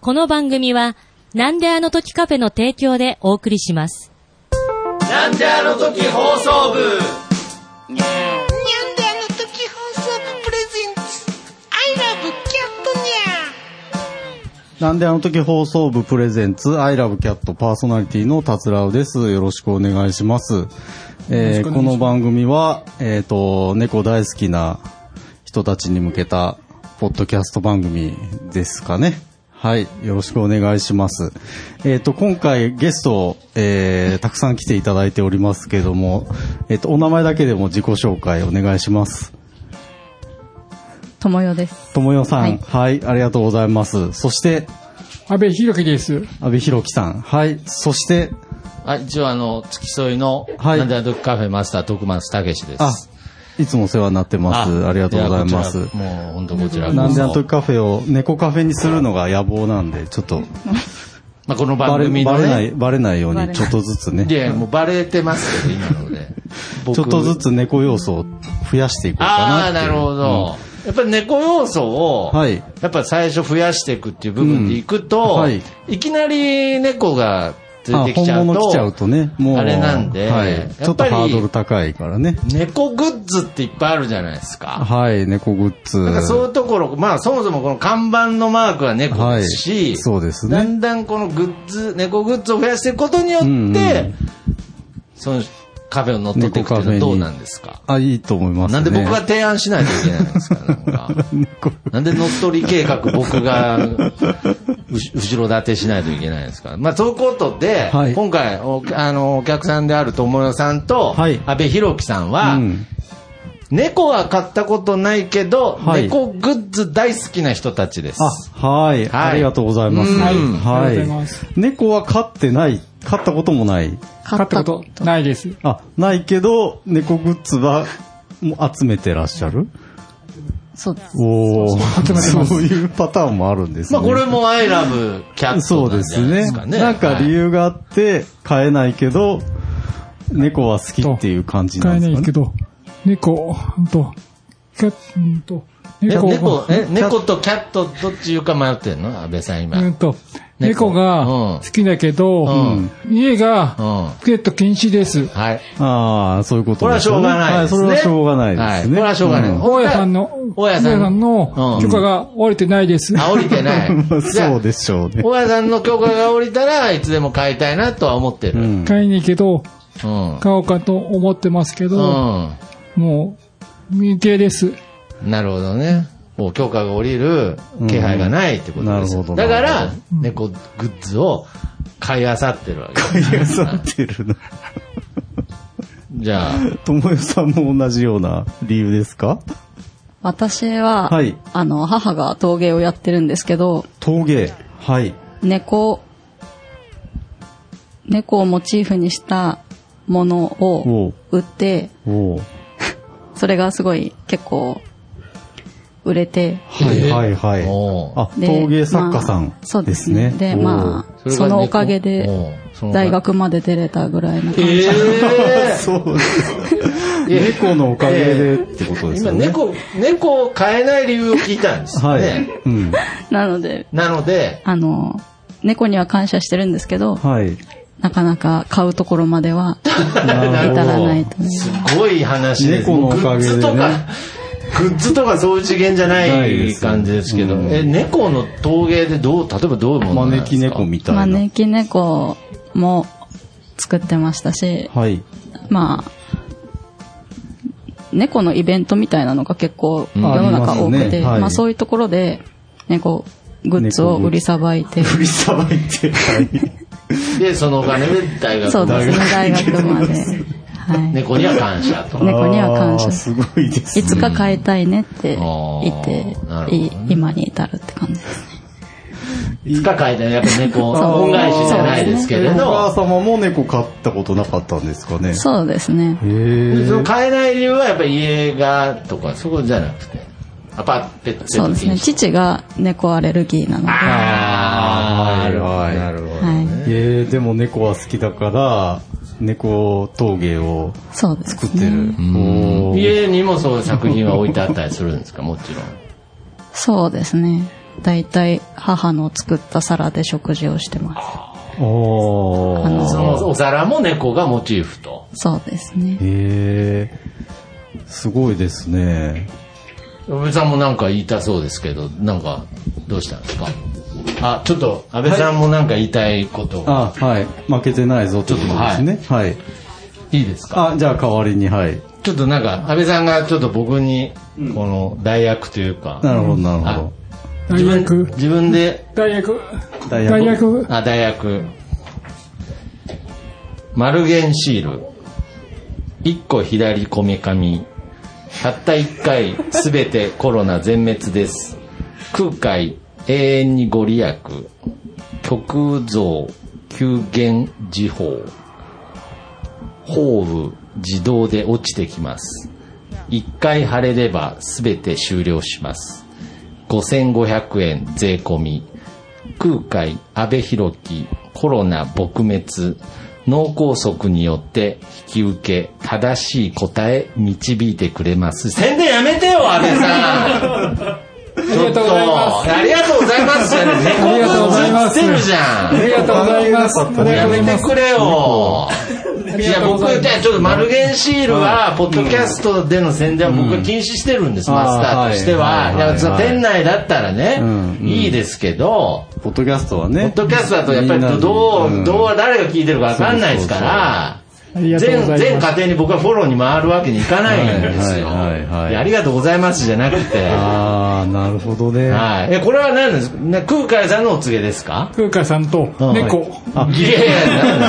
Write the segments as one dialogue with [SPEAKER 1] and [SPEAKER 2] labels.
[SPEAKER 1] この番組は、なんであの時カフェの提供でお送りします。
[SPEAKER 2] なんであの時放送部
[SPEAKER 3] ニャンであの時放送部プレゼンツ I love キャットニ
[SPEAKER 4] なんであの時放送部プレゼンツ、アイラブキャットパーソナリティの達郎です。よろしくお願いします。えーこの番組は、えっ、と、猫大好きな人たちに向けた、ポッドキャスト番組ですかね。はい。よろしくお願いします。えっ、と、今回ゲスト、えー、たくさん来ていただいておりますけども、えっ、と、お名前だけでも自己紹介お願いします。
[SPEAKER 5] ともよです。
[SPEAKER 4] ともよさん、
[SPEAKER 5] はい
[SPEAKER 4] はい、ありがとうございます。そして、
[SPEAKER 6] 安倍博樹です。
[SPEAKER 4] 安部博樹さん。はい。そして、
[SPEAKER 2] はい、一応あの、付き添いの、
[SPEAKER 4] はい
[SPEAKER 2] なんであの時カフェマスター、徳松たけしです。
[SPEAKER 4] あ、いつもお世話になってます。ありがとうございま
[SPEAKER 2] や
[SPEAKER 4] す
[SPEAKER 2] こ。ちらもう、本当こちらこそ
[SPEAKER 4] なんであの時カフェを猫カフェにするのが野望なんで、ちょっと
[SPEAKER 2] まあ、この
[SPEAKER 4] バ
[SPEAKER 2] 番
[SPEAKER 4] レ,、
[SPEAKER 2] 組の
[SPEAKER 4] バレな
[SPEAKER 2] ね
[SPEAKER 4] い、。バレないようにちょっとずつね、
[SPEAKER 2] い
[SPEAKER 4] ち
[SPEAKER 2] やいや、もうバレてますけど、今 ので。僕
[SPEAKER 4] ょっとず。つ猫要素を増やしていこうか
[SPEAKER 2] あ
[SPEAKER 4] な
[SPEAKER 2] あ、
[SPEAKER 4] っていう。
[SPEAKER 2] なるほど。やっぱり猫要素を、
[SPEAKER 4] はい
[SPEAKER 2] やっぱ最初増やしていくっていう部分でいくと、
[SPEAKER 4] うんはい
[SPEAKER 2] いきなり猫
[SPEAKER 4] う
[SPEAKER 2] が
[SPEAKER 4] ん。
[SPEAKER 2] 連
[SPEAKER 4] あ
[SPEAKER 2] れて
[SPEAKER 4] 本
[SPEAKER 2] きちゃうと、
[SPEAKER 4] 物来ちゃうとね、もう。
[SPEAKER 2] あれなんで
[SPEAKER 4] はい。ちょっとハードル高いからね。
[SPEAKER 2] 猫グッズっていっぱいあるじゃないですか。
[SPEAKER 4] はい、猫グッズ。
[SPEAKER 2] なんかそういうところ、まあそもそもこの看板のマークは猫ですし、
[SPEAKER 4] はいそうですね
[SPEAKER 2] だんだんこのグッズ、猫グッズを増やしていくことによって、
[SPEAKER 4] うんうん
[SPEAKER 2] そのカフェを乗っ取っていくっていうのは
[SPEAKER 4] 猫カフェに
[SPEAKER 2] どうなんですか
[SPEAKER 4] あ、いいと思います、ね。
[SPEAKER 2] なんで僕が提案しないといけないんですかなんか。
[SPEAKER 4] 猫
[SPEAKER 2] なんで乗っ取り計画僕がうし後ろ盾しないといけないんですかまあそういうことで、
[SPEAKER 4] はい
[SPEAKER 2] 今回おあのお客さんである友よさんと、
[SPEAKER 4] はい
[SPEAKER 2] 安倍博樹さんは、
[SPEAKER 4] うん。
[SPEAKER 2] 猫は買ったことないけど、
[SPEAKER 4] はい
[SPEAKER 2] 猫グッズ大好きな人たちです。
[SPEAKER 4] あ、はい。ありがとうございます。
[SPEAKER 2] うん
[SPEAKER 6] あ
[SPEAKER 4] は
[SPEAKER 6] りがとうござい
[SPEAKER 4] い
[SPEAKER 6] ま。す
[SPEAKER 4] 猫は飼ってない、飼ったこともない。
[SPEAKER 6] 買ったことないです。
[SPEAKER 4] あ、ないけど、猫グッズは、もう集めてらっしゃる
[SPEAKER 5] そうです。
[SPEAKER 4] おお
[SPEAKER 6] 集めてま す
[SPEAKER 4] そういうパターンもあるんです
[SPEAKER 2] ま
[SPEAKER 4] ね。
[SPEAKER 2] あこれもアイラブキャッ
[SPEAKER 4] そう
[SPEAKER 2] トなん
[SPEAKER 4] で
[SPEAKER 2] じゃ
[SPEAKER 4] す
[SPEAKER 2] ないで
[SPEAKER 4] ね
[SPEAKER 2] すか。ね。
[SPEAKER 4] なんか理
[SPEAKER 2] はい
[SPEAKER 4] 由があって、飼えないけど、猫は好きっていう感じな
[SPEAKER 6] 買え
[SPEAKER 4] んで
[SPEAKER 6] な
[SPEAKER 4] すか
[SPEAKER 6] いけ
[SPEAKER 4] ね。
[SPEAKER 6] ど、猫、ほんと、キャッ、うんと、
[SPEAKER 2] え
[SPEAKER 6] 猫
[SPEAKER 2] 猫
[SPEAKER 6] が、、
[SPEAKER 2] え、猫とキャットどっち言うか迷ってんの安倍さん今。
[SPEAKER 6] う
[SPEAKER 2] うんん。
[SPEAKER 6] と、猫
[SPEAKER 2] 猫うん
[SPEAKER 6] が好きだけど、
[SPEAKER 2] うん
[SPEAKER 6] 家が、
[SPEAKER 2] は
[SPEAKER 6] ポケット禁止です。
[SPEAKER 2] い。
[SPEAKER 4] ああ、そういうこと
[SPEAKER 2] これはしょうがないですね。
[SPEAKER 4] はい、それはしょうがないですね。
[SPEAKER 2] はこれはしょうがない。
[SPEAKER 4] ん
[SPEAKER 6] 大家さんの、
[SPEAKER 2] 大家さん
[SPEAKER 6] の許可が下りてないです。
[SPEAKER 2] あ、降りてない
[SPEAKER 4] まあ。
[SPEAKER 2] じゃあ
[SPEAKER 4] そうでしょうね。
[SPEAKER 2] 大家さんの許可が降りたらいつでも買いたいなとは思ってる。
[SPEAKER 4] う
[SPEAKER 2] うん。
[SPEAKER 4] ん。
[SPEAKER 6] 買いに行けど、
[SPEAKER 2] うん。
[SPEAKER 6] 買おうかと思ってますけど、もう、未定です。
[SPEAKER 2] なるほどね。もう許可が下りる気配がないってことですよ、
[SPEAKER 4] うんな
[SPEAKER 2] だ
[SPEAKER 4] るほど
[SPEAKER 2] から
[SPEAKER 4] なる、
[SPEAKER 2] 猫グッズを買い漁ってるわけです。
[SPEAKER 4] 癒さってるな。
[SPEAKER 2] じゃあ、
[SPEAKER 4] ともよさんも同じような理由ですか
[SPEAKER 5] 私は、
[SPEAKER 4] はい
[SPEAKER 5] あの、母が陶芸をやってるんですけど、
[SPEAKER 4] 陶芸。はい。
[SPEAKER 5] 猫、猫をモチーフにしたものを売って、
[SPEAKER 4] おー
[SPEAKER 5] それがすごい結構売れて、
[SPEAKER 4] はいはいはい。
[SPEAKER 2] おー
[SPEAKER 4] あ、
[SPEAKER 5] で
[SPEAKER 4] 陶芸作家さん
[SPEAKER 5] まあそう
[SPEAKER 4] で
[SPEAKER 5] ですす
[SPEAKER 4] ね
[SPEAKER 5] ね。。で、まあ、
[SPEAKER 2] そ
[SPEAKER 5] そ
[SPEAKER 2] れが猫
[SPEAKER 5] のおかげ
[SPEAKER 2] お
[SPEAKER 5] で
[SPEAKER 2] うそのおかげ
[SPEAKER 5] 大学まで出れたぐらいの感
[SPEAKER 2] え
[SPEAKER 5] じ。
[SPEAKER 4] あ
[SPEAKER 2] ー
[SPEAKER 4] そうです
[SPEAKER 2] いや
[SPEAKER 4] 猫のおかげでってことですよね。
[SPEAKER 2] 今、猫、猫を買えない理由を聞いたんですよ
[SPEAKER 4] はい。
[SPEAKER 2] ね。
[SPEAKER 4] うん。
[SPEAKER 5] なので、
[SPEAKER 2] なので、
[SPEAKER 5] あの、猫には感謝してるんですけど、
[SPEAKER 4] はい。
[SPEAKER 5] なかなか買うところまでは
[SPEAKER 4] な
[SPEAKER 5] 至
[SPEAKER 4] るほど
[SPEAKER 5] ら ないとね。
[SPEAKER 2] すごい話です。
[SPEAKER 4] 猫のおかげでね
[SPEAKER 2] グッズとか、グッズとかそういう次元じゃな
[SPEAKER 4] ないで
[SPEAKER 2] い
[SPEAKER 4] すね
[SPEAKER 2] 感じですけど、
[SPEAKER 4] うん
[SPEAKER 2] え、猫の陶芸でどう、例えばどういうものなんで
[SPEAKER 4] 招
[SPEAKER 2] すか
[SPEAKER 4] き猫みたいな。
[SPEAKER 5] 招き猫も作ってましたし、
[SPEAKER 4] はい。
[SPEAKER 5] まあ、猫のイベントみたいなのが結構世の中多
[SPEAKER 4] ありま
[SPEAKER 5] く
[SPEAKER 4] す
[SPEAKER 5] て、
[SPEAKER 4] ね
[SPEAKER 5] ま
[SPEAKER 4] はい
[SPEAKER 5] あそういうところで猫グッズを売りさばいて、
[SPEAKER 4] 振りさばいて。はい。
[SPEAKER 2] で、そのお金で大学
[SPEAKER 5] そうですね、
[SPEAKER 4] 大
[SPEAKER 5] 大
[SPEAKER 4] 学
[SPEAKER 5] 学まで。はい。
[SPEAKER 2] 猫には感謝と。
[SPEAKER 5] 猫には感謝
[SPEAKER 4] あーすごいです
[SPEAKER 5] い
[SPEAKER 4] ね。
[SPEAKER 5] つか買いたいねって
[SPEAKER 2] うん
[SPEAKER 5] 言って
[SPEAKER 2] あーなるほど、
[SPEAKER 5] い
[SPEAKER 2] ね
[SPEAKER 5] 今に至るって感じですね。
[SPEAKER 2] いつか書いてやっぱ 猫、恩返しじゃないですけれ
[SPEAKER 4] お母
[SPEAKER 2] ど、
[SPEAKER 4] 様も猫飼ったことなかったんですかね。
[SPEAKER 5] そうですね。
[SPEAKER 4] へえ。
[SPEAKER 2] その買えない理由はやっぱり家がとか、そこじゃなくて、アパペット
[SPEAKER 5] そうですね。父が猫アレルギーなので、は
[SPEAKER 2] あー
[SPEAKER 4] はい
[SPEAKER 2] なるほど。
[SPEAKER 5] い。
[SPEAKER 4] えー、でも猫は好きだから、猫陶芸を
[SPEAKER 5] そうです
[SPEAKER 4] 作って
[SPEAKER 5] ね。
[SPEAKER 4] る。おー
[SPEAKER 2] 家にもそういう作品は置いてあったりするんですか、もちろん。
[SPEAKER 5] そうですね。だいたい母の作った皿で食事をしてま
[SPEAKER 4] お
[SPEAKER 5] あの
[SPEAKER 2] そのお皿も猫がモチーフと。
[SPEAKER 5] す。そうですね。
[SPEAKER 4] へえすごいですね。
[SPEAKER 2] 安倍さんもなんか言いたそうですけど、なんか、どうしたんですかあ、ちょっと、安倍さんもなんか言いたいこと、
[SPEAKER 4] あ、はい。負けてないぞってことですね。はい。
[SPEAKER 2] い、いですか
[SPEAKER 4] あ、じゃあ代わりに、はい。
[SPEAKER 2] ちょっとなんか、安倍さんがちょっと僕に、この、代役というか、
[SPEAKER 4] なるほど、なるほど。
[SPEAKER 2] 自
[SPEAKER 6] 大
[SPEAKER 2] 分
[SPEAKER 6] 学、
[SPEAKER 2] 自分で、
[SPEAKER 6] 大学、
[SPEAKER 4] 大
[SPEAKER 6] 大
[SPEAKER 4] 学。
[SPEAKER 6] 学、
[SPEAKER 2] あ、代役。丸源シール。1個左こめかみ。たった1回、すべてコロナ全滅です。空海、永遠にご利益。極増、急減、時報。法雨、自動で落ちてきます。1回晴れればすべて終了します。5500円税込み。空海安倍博樹コロナ撲滅脳梗塞によって引き受け正しい答え導いてくれます宣伝やめてよ 安倍さんちょっとありがとうございます
[SPEAKER 6] ありがとうございます
[SPEAKER 2] 猫分してるじゃ
[SPEAKER 6] あ
[SPEAKER 2] ん
[SPEAKER 6] りがとうございます。ありが
[SPEAKER 2] や
[SPEAKER 6] とうござ
[SPEAKER 2] め
[SPEAKER 6] いま
[SPEAKER 2] て
[SPEAKER 6] す。
[SPEAKER 2] くれよい
[SPEAKER 6] りが
[SPEAKER 2] や
[SPEAKER 6] とう
[SPEAKER 2] 僕
[SPEAKER 6] ございます
[SPEAKER 2] じゃあちょっと丸源シールはポッドキャストでの宣伝は僕は禁止してるんです、
[SPEAKER 4] うん
[SPEAKER 2] マスターとしては
[SPEAKER 4] あーはい
[SPEAKER 2] だからその
[SPEAKER 4] はい
[SPEAKER 2] 店内だったらね、
[SPEAKER 4] うんうん
[SPEAKER 2] いいですけど
[SPEAKER 4] ポッドキャストはね。
[SPEAKER 2] ポッドキャストだとやっぱりどう、
[SPEAKER 4] うん
[SPEAKER 2] どう、誰が聞いてるかわかんないですから、
[SPEAKER 6] ありが
[SPEAKER 2] 全
[SPEAKER 6] とうございます
[SPEAKER 2] 全家庭に僕はフォローに回るわけにいかないんですよ。
[SPEAKER 4] はいはいはいはい
[SPEAKER 2] いやありがとうございますじゃなくて、
[SPEAKER 4] ああ、なるほどね。
[SPEAKER 2] はい。え、これは何ですかね空海さんのお告げですか
[SPEAKER 6] 空海さんと
[SPEAKER 2] うん
[SPEAKER 6] 猫、
[SPEAKER 2] いやいやなん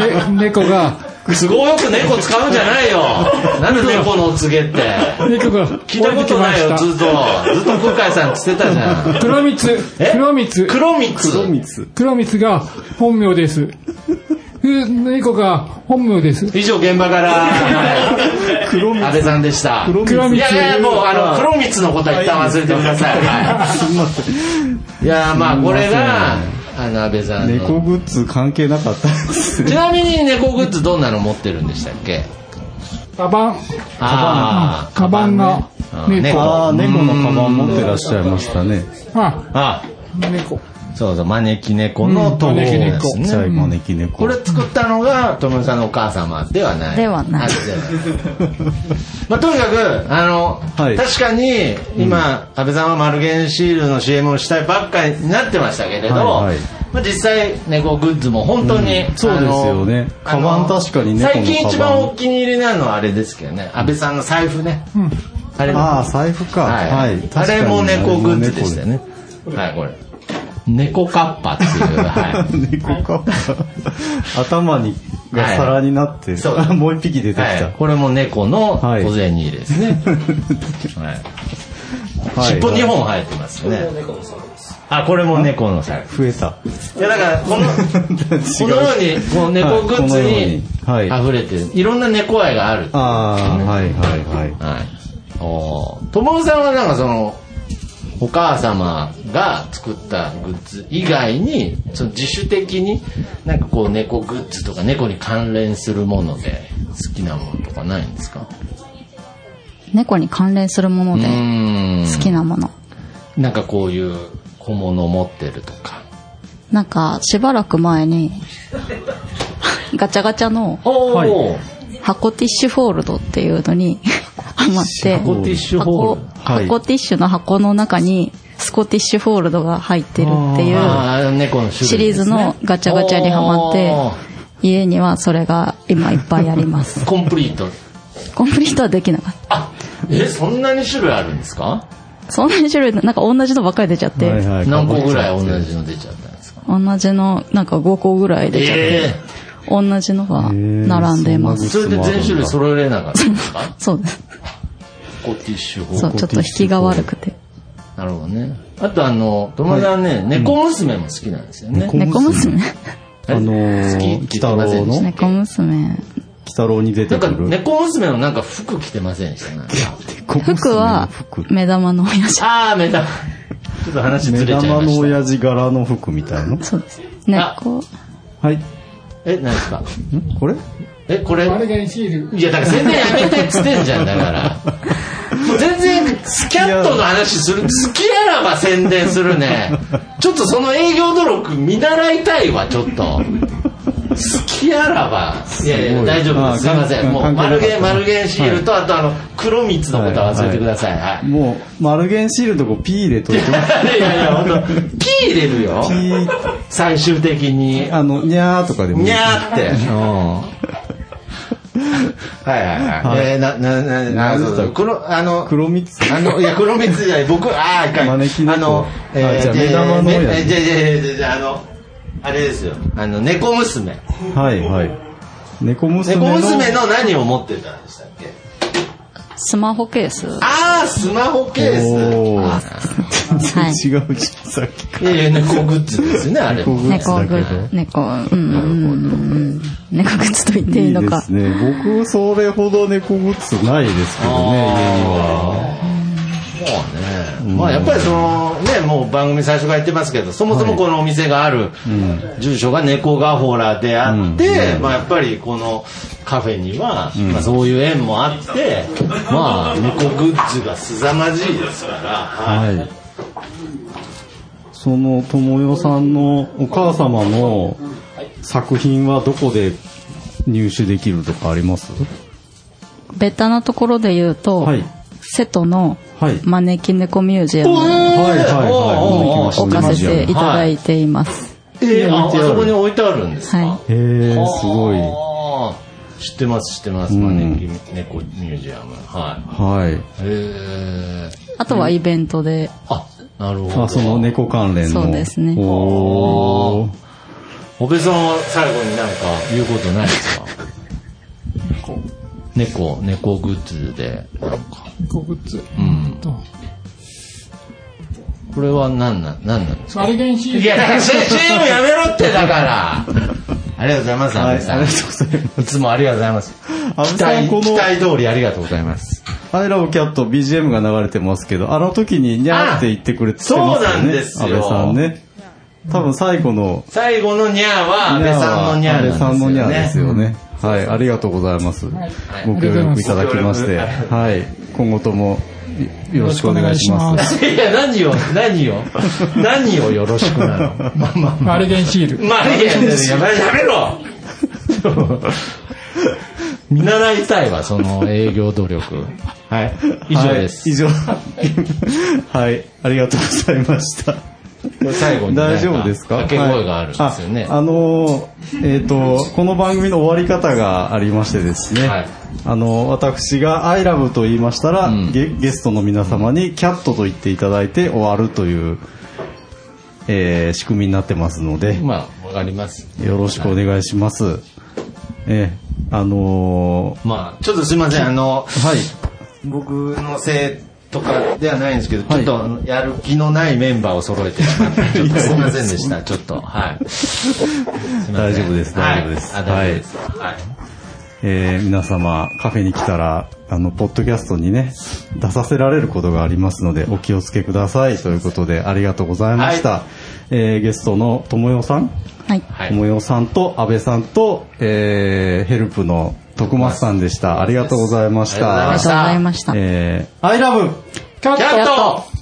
[SPEAKER 2] だよ
[SPEAKER 6] ね 猫が、
[SPEAKER 2] 都合よく猫使うんじゃないよ。なんで猫のお告げって。
[SPEAKER 6] 猫が
[SPEAKER 2] 聞いたことないよ、 ずっと。ずっと空海さんっつってたじゃん。
[SPEAKER 6] 黒蜜、
[SPEAKER 2] え
[SPEAKER 6] 黒蜜、
[SPEAKER 2] 黒蜜。
[SPEAKER 4] 黒蜜。
[SPEAKER 6] 黒蜜が本名です。で猫が本名です。
[SPEAKER 2] 以上現場から、はい
[SPEAKER 4] 黒蜜
[SPEAKER 2] 安倍さんでした。
[SPEAKER 6] 黒
[SPEAKER 2] い
[SPEAKER 6] 蜜
[SPEAKER 2] やいや、もう、あの、黒蜜のことは一旦忘れてください。は
[SPEAKER 4] すいません。
[SPEAKER 2] い、いや、まあ、これが、あの、安倍さん
[SPEAKER 4] 猫
[SPEAKER 2] の。
[SPEAKER 4] グッズ関係なかったです
[SPEAKER 2] ち
[SPEAKER 4] ね。
[SPEAKER 2] なみに猫グッズどんなの持ってるんでしたっけ
[SPEAKER 6] カバン、
[SPEAKER 2] あー
[SPEAKER 6] カバンが
[SPEAKER 2] ね
[SPEAKER 6] 猫
[SPEAKER 2] うん
[SPEAKER 4] ああ、猫のカバン持ってらっしゃいましたね。
[SPEAKER 6] あ、
[SPEAKER 2] あ、
[SPEAKER 6] 猫。
[SPEAKER 2] そうそう、招き猫の投稿です
[SPEAKER 4] ちっちゃ
[SPEAKER 2] ね。
[SPEAKER 4] い招き猫。
[SPEAKER 2] これ作ったのが、ともさんのお母様ではない。
[SPEAKER 5] ではない
[SPEAKER 2] あではないまあ、とにかく、あの、
[SPEAKER 4] はい
[SPEAKER 2] 確かに、今、安倍さんは丸源シールの CM をしたいばっかりになってましたけれど、
[SPEAKER 4] はいはい
[SPEAKER 2] まあ、実際、猫グッズも本当に、
[SPEAKER 4] んそうですよね
[SPEAKER 2] あの
[SPEAKER 4] カバン確かに猫のカバン
[SPEAKER 2] 最近一番お気に入りなのはあれですけどね、安倍さんの財布ね。あれ
[SPEAKER 4] ああ、財布か。
[SPEAKER 2] はい
[SPEAKER 4] はい。
[SPEAKER 2] あ
[SPEAKER 4] 確かに
[SPEAKER 2] れも猫グッズでしたよね。はい、これ。猫カッパっていう、はい。
[SPEAKER 4] 猫か。頭に、が
[SPEAKER 2] はい
[SPEAKER 4] 皿になって、
[SPEAKER 2] そう
[SPEAKER 4] あ もう一匹出てき
[SPEAKER 2] は
[SPEAKER 4] た
[SPEAKER 2] い、。これも猫の
[SPEAKER 4] はい
[SPEAKER 2] 小銭ですね。はい
[SPEAKER 4] はい
[SPEAKER 2] 尻尾2本生えてますね。あ、これも猫の猿。
[SPEAKER 4] 増えた。
[SPEAKER 2] いやだか らこのこのようにこう猫グッズに
[SPEAKER 4] はいこのようにはい
[SPEAKER 2] 溢れてる、いろんな猫愛がある。
[SPEAKER 4] ああ、はいはいはい。
[SPEAKER 2] はい。おーともぶさんはなんかそのお母様が作ったグッズ以外にその自主的になんかこう猫グッズとか猫に関連するもので好きなものとかないんですか？
[SPEAKER 5] 猫に関連するもので好
[SPEAKER 2] 好
[SPEAKER 5] きなもの。
[SPEAKER 2] なんかこういう小物持ってるとか。
[SPEAKER 5] なんか、しばらく前 に、ガチャガチャの
[SPEAKER 2] お
[SPEAKER 4] はい
[SPEAKER 5] 箱ティッシュフォールドっていうのにハマって、
[SPEAKER 2] 箱ティッシュフォールド
[SPEAKER 5] 箱
[SPEAKER 4] はい
[SPEAKER 5] 箱ティッシュの箱の中にスコティッシュフォールドが入ってるっていう、
[SPEAKER 2] あー猫の種類ですね
[SPEAKER 5] シリーズのガチャガチャにハマって
[SPEAKER 2] おー、
[SPEAKER 5] 家にはそれが今いっぱいありま す。
[SPEAKER 2] コンプリート。
[SPEAKER 5] コンプリートはできなかっ
[SPEAKER 2] あ、え、そんなに種類あるんですか
[SPEAKER 5] た。そんなに種類、なんか同じのばっかり出ちゃって、
[SPEAKER 4] はいはい
[SPEAKER 2] 何個ぐらい同じの出ちゃったんですか
[SPEAKER 5] 同じの、なんか5個ぐらい出ちゃって、
[SPEAKER 2] え
[SPEAKER 5] 同じのが並んでま
[SPEAKER 2] え
[SPEAKER 5] す。
[SPEAKER 2] それで全種類揃えれなかったんですか
[SPEAKER 5] そうです。
[SPEAKER 2] コティッシュフォ
[SPEAKER 5] そ
[SPEAKER 2] ー
[SPEAKER 5] う、
[SPEAKER 2] ル
[SPEAKER 5] ちょっと引きが悪くて。
[SPEAKER 2] ド。なるほどね。あとあの、友達はね、猫娘も好きなんですよね。
[SPEAKER 5] 猫娘
[SPEAKER 4] あの
[SPEAKER 2] 好きって
[SPEAKER 4] ー、
[SPEAKER 2] 言って
[SPEAKER 4] 北
[SPEAKER 2] ませ
[SPEAKER 4] 郎
[SPEAKER 2] んでした
[SPEAKER 4] の、
[SPEAKER 5] 猫娘。
[SPEAKER 4] 北郎に出
[SPEAKER 2] な
[SPEAKER 4] て
[SPEAKER 2] ん
[SPEAKER 4] く
[SPEAKER 2] か
[SPEAKER 4] る。
[SPEAKER 2] 猫娘のなんか服着てませんでしたなんか
[SPEAKER 4] 小娘の
[SPEAKER 5] 服は
[SPEAKER 4] 服、
[SPEAKER 5] 目玉の親 父。
[SPEAKER 2] あー、目玉。ちょっと話ず
[SPEAKER 4] 目
[SPEAKER 2] れちゃいました。
[SPEAKER 4] 玉の親父柄の服みたいの。
[SPEAKER 5] そうです。猫。
[SPEAKER 4] はい。
[SPEAKER 2] え、何ですか
[SPEAKER 4] んこれ
[SPEAKER 2] え、これ
[SPEAKER 6] あれがシール。
[SPEAKER 2] いや、だから宣伝やめてっつってんじゃん、だから。全然、スキャットの話する。好きやらば宣伝するね。ちょっとその営業努力見習いたいわ、ちょっと。好きやらば。いやいや、大丈夫です。すいません。もう、丸源、丸源シールと、あとあの、黒蜜のことは忘れてください。はい。
[SPEAKER 4] もう、丸源シールのとこ P 入れと いて。
[SPEAKER 2] いやいや、本当ピー入れるよ。最終的に。
[SPEAKER 4] あの、にゃーとかでもいい
[SPEAKER 2] に
[SPEAKER 4] で
[SPEAKER 2] ゃ
[SPEAKER 4] す。
[SPEAKER 2] ーって。はいはいはい。えー、な、な、な、な、そうそう。黒、あの、
[SPEAKER 4] 黒蜜。
[SPEAKER 2] あの、いや、黒蜜じゃない、僕、ああ、いかん。
[SPEAKER 4] 招き猫
[SPEAKER 2] あの、え
[SPEAKER 4] あじゃあ
[SPEAKER 2] で
[SPEAKER 4] 目玉のやつ
[SPEAKER 2] めえじゃあじゃあじゃあじゃあじゃああの、あれですよ。あの、猫娘。
[SPEAKER 4] はいはい。猫娘
[SPEAKER 2] 猫
[SPEAKER 4] の。
[SPEAKER 2] 娘の何を持ってたんでしたっけ
[SPEAKER 5] スマホケース。は
[SPEAKER 2] ああ、スマホケース。
[SPEAKER 4] おー
[SPEAKER 5] い。
[SPEAKER 4] 違うじゃん、さっきか
[SPEAKER 2] いやいや、猫グッズですね、あれも。
[SPEAKER 5] 猫
[SPEAKER 4] ら。
[SPEAKER 5] ぐ猫、うんうんうん。猫靴と言ってい
[SPEAKER 4] い
[SPEAKER 5] い
[SPEAKER 4] い
[SPEAKER 5] の
[SPEAKER 4] で
[SPEAKER 5] か。
[SPEAKER 4] すね。僕、それほど猫グッズないですけどね、家には。
[SPEAKER 2] そうね、まあやっぱりそのねもう番組最初から言ってますけどそもそもこのお店がある住所が猫がほらであって、まあやっぱりこのカフェには、まあそういう縁もあってまあ猫グッズがすざまじいですから、はい
[SPEAKER 4] はい。その、ともよさんのお母様の作品はどこで入手できるとかあります
[SPEAKER 5] ベタなところで言うと、
[SPEAKER 4] はい
[SPEAKER 5] 瀬戸の
[SPEAKER 4] はい
[SPEAKER 5] 招き猫ミュージアム
[SPEAKER 2] お
[SPEAKER 5] に
[SPEAKER 2] ー
[SPEAKER 4] はいはいはい
[SPEAKER 2] おー
[SPEAKER 5] 置かせていただいています。
[SPEAKER 2] えーああそこに置いてあるんですか、
[SPEAKER 5] は
[SPEAKER 4] へえ、すごい。
[SPEAKER 2] あー知ってます知ってます、まあ
[SPEAKER 4] うん
[SPEAKER 2] ね猫ミュージアムはい
[SPEAKER 4] はい。
[SPEAKER 2] へえ
[SPEAKER 5] い。あとはイベントで、
[SPEAKER 2] あなるほど
[SPEAKER 4] あ、その猫関連の。
[SPEAKER 5] そうですね
[SPEAKER 4] おー
[SPEAKER 2] おべさんは最後になんか言うことないですか猫、猫グッズで、なんか。
[SPEAKER 6] 猫グッズ。
[SPEAKER 2] うん。
[SPEAKER 6] と
[SPEAKER 2] これは何なん、何なんです
[SPEAKER 6] マルゲンシー
[SPEAKER 2] かい
[SPEAKER 6] ル。
[SPEAKER 2] や、だから CM やめろってだからありがとうございます、
[SPEAKER 4] はい、あり
[SPEAKER 2] 安部
[SPEAKER 4] が
[SPEAKER 2] さ
[SPEAKER 4] とうご
[SPEAKER 2] ん。い
[SPEAKER 4] ざいます。
[SPEAKER 2] つもありがとうございます。
[SPEAKER 4] 安部
[SPEAKER 2] 期
[SPEAKER 4] さん、
[SPEAKER 2] 待、
[SPEAKER 4] こ
[SPEAKER 2] 期
[SPEAKER 4] の、
[SPEAKER 2] 待通りありがとうございます。
[SPEAKER 4] アイラブキャット BGM が流れてますけど、あの時にニャーって言ってくれてますよね。
[SPEAKER 2] あそうなんですよ
[SPEAKER 4] 安部さんね。多分最後の、
[SPEAKER 2] 最後のニャーは、安部さんのニャーなんで
[SPEAKER 4] 安倍
[SPEAKER 2] すよね。
[SPEAKER 4] さんのニャーですよね。はい、ありがとうございます。ご協力いただきまして、
[SPEAKER 2] ありが
[SPEAKER 4] はい、今後ともよろしくお願いし
[SPEAKER 6] よろしく
[SPEAKER 4] ま。
[SPEAKER 6] お願いしますす
[SPEAKER 2] いや、何を、何を、何をよろしく なの。まあまあまあ
[SPEAKER 6] マルゲンシール。
[SPEAKER 2] まあ、いやいやいや、やめろ見習いたいわ、その営業努力。はい。以上です。
[SPEAKER 4] はい以上。 はい、ありがとうございました。
[SPEAKER 2] 最後になん
[SPEAKER 4] 大丈夫ですか
[SPEAKER 2] 掛け声があるんですよね。
[SPEAKER 4] はいああのーえっ、と、この番組の終わり方がありましてですね、
[SPEAKER 2] はい
[SPEAKER 4] あの、私が I love と言いましたら、
[SPEAKER 2] うん
[SPEAKER 4] ゲ、ゲストの皆様にキャットと言っていただいて終わるという、えー仕組みになってますので、
[SPEAKER 2] まあ、わかります。
[SPEAKER 4] よろしくお願いします。えーあの
[SPEAKER 2] まあ、ちょっとすいません、あの、
[SPEAKER 4] ーはい。
[SPEAKER 2] 僕のせいとかではないんですけど、
[SPEAKER 4] はい
[SPEAKER 2] ちょっとあのやる気のないメンバーを揃えてしまって、ちょっとすいませんでした、ちょっと。はい。すいません
[SPEAKER 4] 大丈夫です大丈夫です
[SPEAKER 2] はいあ大丈夫です。はい。
[SPEAKER 4] えー皆様、カフェに来たら、あの、ポッドキャストにね、出させられることがありますので、お気をつけください。ということで、ありがとうございました。
[SPEAKER 2] は
[SPEAKER 4] えーゲストのともよさん、
[SPEAKER 5] はい。
[SPEAKER 2] はい
[SPEAKER 4] ともよさんと安倍さんと、えーヘルプの徳松さんでした。ありがとうございまし
[SPEAKER 2] ありがとうござい
[SPEAKER 5] あ
[SPEAKER 2] ま
[SPEAKER 5] り
[SPEAKER 2] し
[SPEAKER 4] た。
[SPEAKER 5] がとうございました。
[SPEAKER 4] えー、アイラブ
[SPEAKER 2] キャット